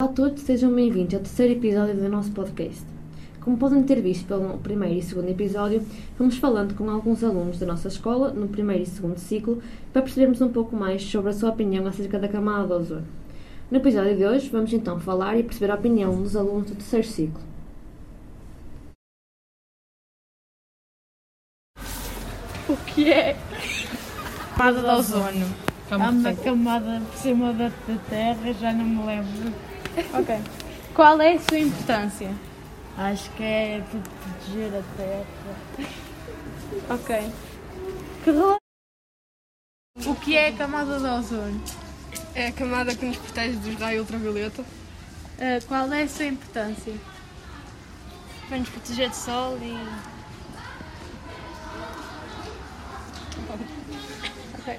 Olá a todos, sejam bem-vindos ao terceiro episódio do nosso podcast. Como podem ter visto pelo primeiro e segundo episódio, fomos falando com alguns alunos da nossa escola, no primeiro e segundo ciclo, para percebermos um pouco mais sobre a sua opinião acerca da camada de ozono. No episódio de hoje, vamos então falar e perceber a opinião dos alunos do terceiro ciclo. O que é? camada de ozono. Há É uma camada por cima da, da Terra, já não me lembro. Ok. Qual é a sua importância? Acho que é proteger a Terra. Ok. Que rela- O que é a camada de ozono? É a camada que nos protege dos raios ultravioleta. Ah, qual é a sua importância? Para nos proteger do sol e. Ah,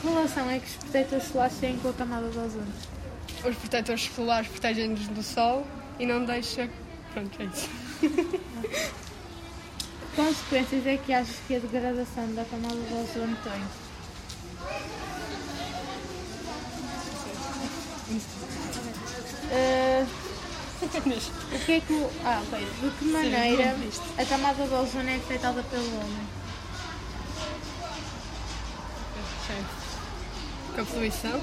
que relação é que os protetores solares têm com a camada de ozono? Os protetores solares protegem-nos do sol e não deixa. Pronto, é isso. Que consequências é que achas que a degradação da camada de ozono tem? Ah, o que é que, o- ah, ok. De que maneira a camada de ozono é afetada pelo homem? Sim. É, Com a poluição.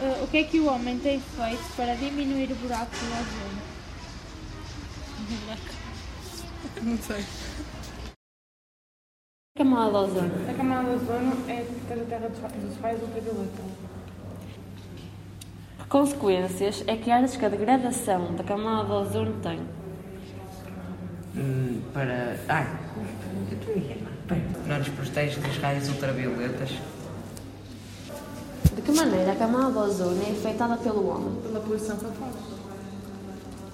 Ah, o que é que o homem tem feito para diminuir o buraco do ozono? Não sei. Camada de ozono. A camada de ozono é proteger a Terra dos ra- dos raios ultravioleta. Que consequências é que achas que a degradação da camada de ozono tem? Hum, para. Ah, eu estou a Não nos protege dos raios ultravioletas. De que maneira a camada de ozono é afetada pelo homem? Pela poluição que faz.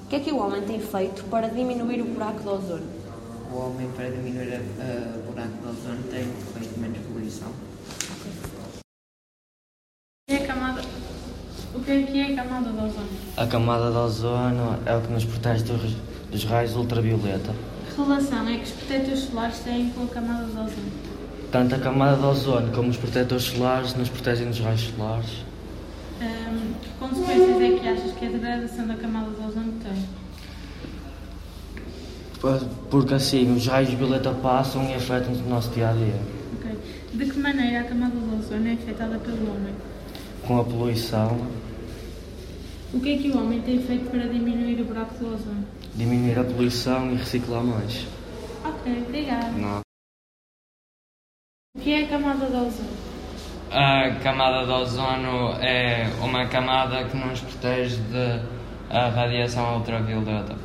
O que é que o homem tem feito para diminuir o buraco de ozono? O homem, para diminuir a, a- o buraco do ozono, tem feito menos poluição. É a camada... O que é que é a camada de ozono? A camada de ozono é o que nos protege dos, dos raios ultravioleta. Que relação é que os protetores solares têm com a camada de ozono? Tanto a camada de ozono como os protetores solares nos protegem dos raios solares. Hum, que consequências é que achas que a degradação da camada de ozono tem? Por- Porque assim, os raios violeta passam e afetam-nos no nosso dia a dia. Ok. De que maneira a camada de ozono é afetada pelo homem? Com a poluição, O que é que o homem tem feito para diminuir o buraco do ozono? diminuir a poluição e reciclar mais. Ok, obrigada. Não. O que é a camada de ozono? A camada de ozono é uma camada que nos protege da radiação ultravioleta.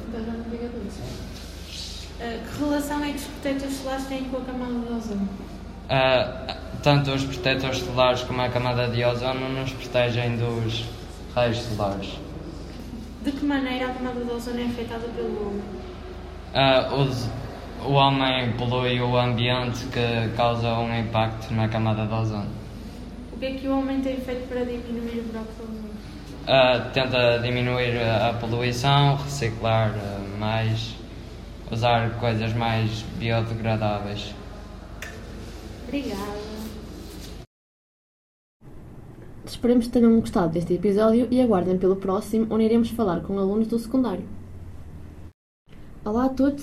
Ah, que relação é que os protetores solares têm com a camada de ozono? Ah, tanto os protetores solares como a camada de ozono nos protegem dos raios solares. De que maneira a camada de ozono é afetada pelo homem? Ah, os- o homem polui o ambiente que causa um impacto na camada de ozono. O que é que o homem tem feito para diminuir o buraco do ozono? Ah, tenta diminuir a a poluição, reciclar ah, mais, usar coisas mais biodegradáveis. Obrigada. Esperemos que tenham gostado deste episódio e aguardem pelo próximo, onde iremos falar com alunos do secundário. Olá a todos,